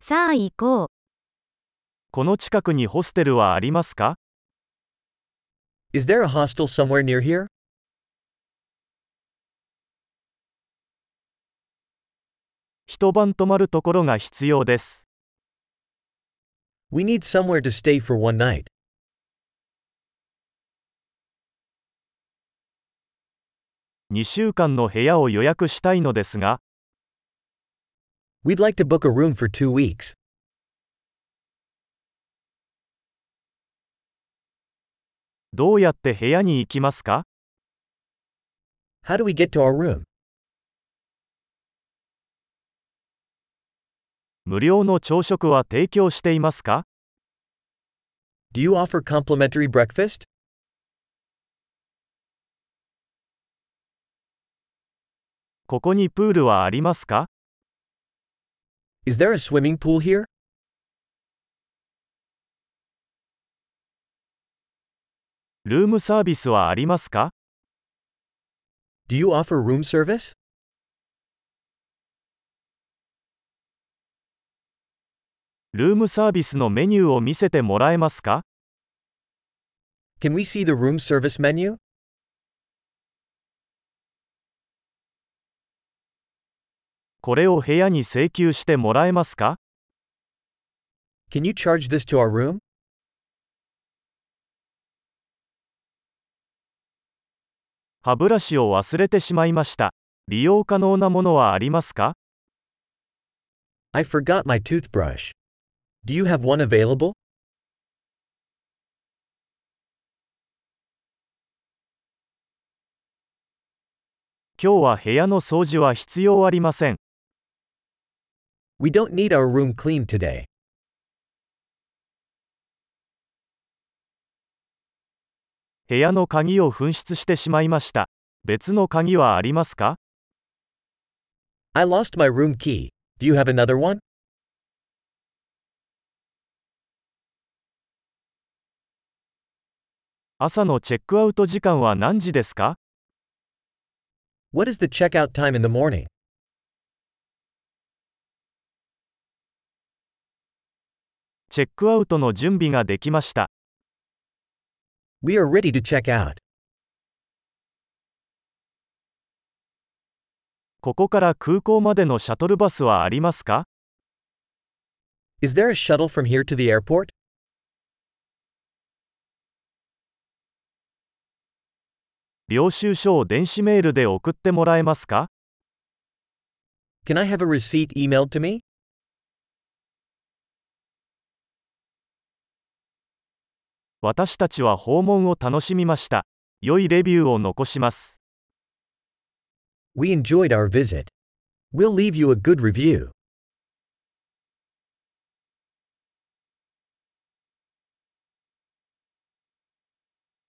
さあ行こう。この近くにホステルはありますか Is there a hostel somewhere near here? 一晩泊まるところが必要です。 We need somewhere to stay for one night. 2週間の部屋を予約したいのですが、 We'd like to book a room for two weeks. どうやって部屋に行きますか How do we get to our room? 無料の朝食は提供していますか Do you offer complimentary breakfast? ここにプールはありますか Is there a swimming pool here? ルームサービスはありますか Do you offer room service? ルームサービスのメニューを見せてもらえますか Can we see the room service menu? これを部屋に請求してもらえますか Can you charge this to our room? 歯ブラシを忘れてしまいました。利用可能なものはありますか I forgot my toothbrush. Do you have one available? 今日は部屋の掃除は必要ありません。 We don't need our room cleaned today. 部屋の鍵を紛失してしまいました。別の鍵はありますか I lost my room key. Do you have another one? 朝のチェックアウト時間は何時ですか What is the checkout time in the morning? チェックアウトの準備ができました。 We are ready to check out. ここから空港までのシャトルバスはありますか Is there a shuttle from here to the airport? 領収書を電子メールで送ってもらえますか Can I have a receipt emailed to me? 私たちは訪問を楽しみました。良いレビューを残します。 We enjoyed our visit. We'll leave you a good review.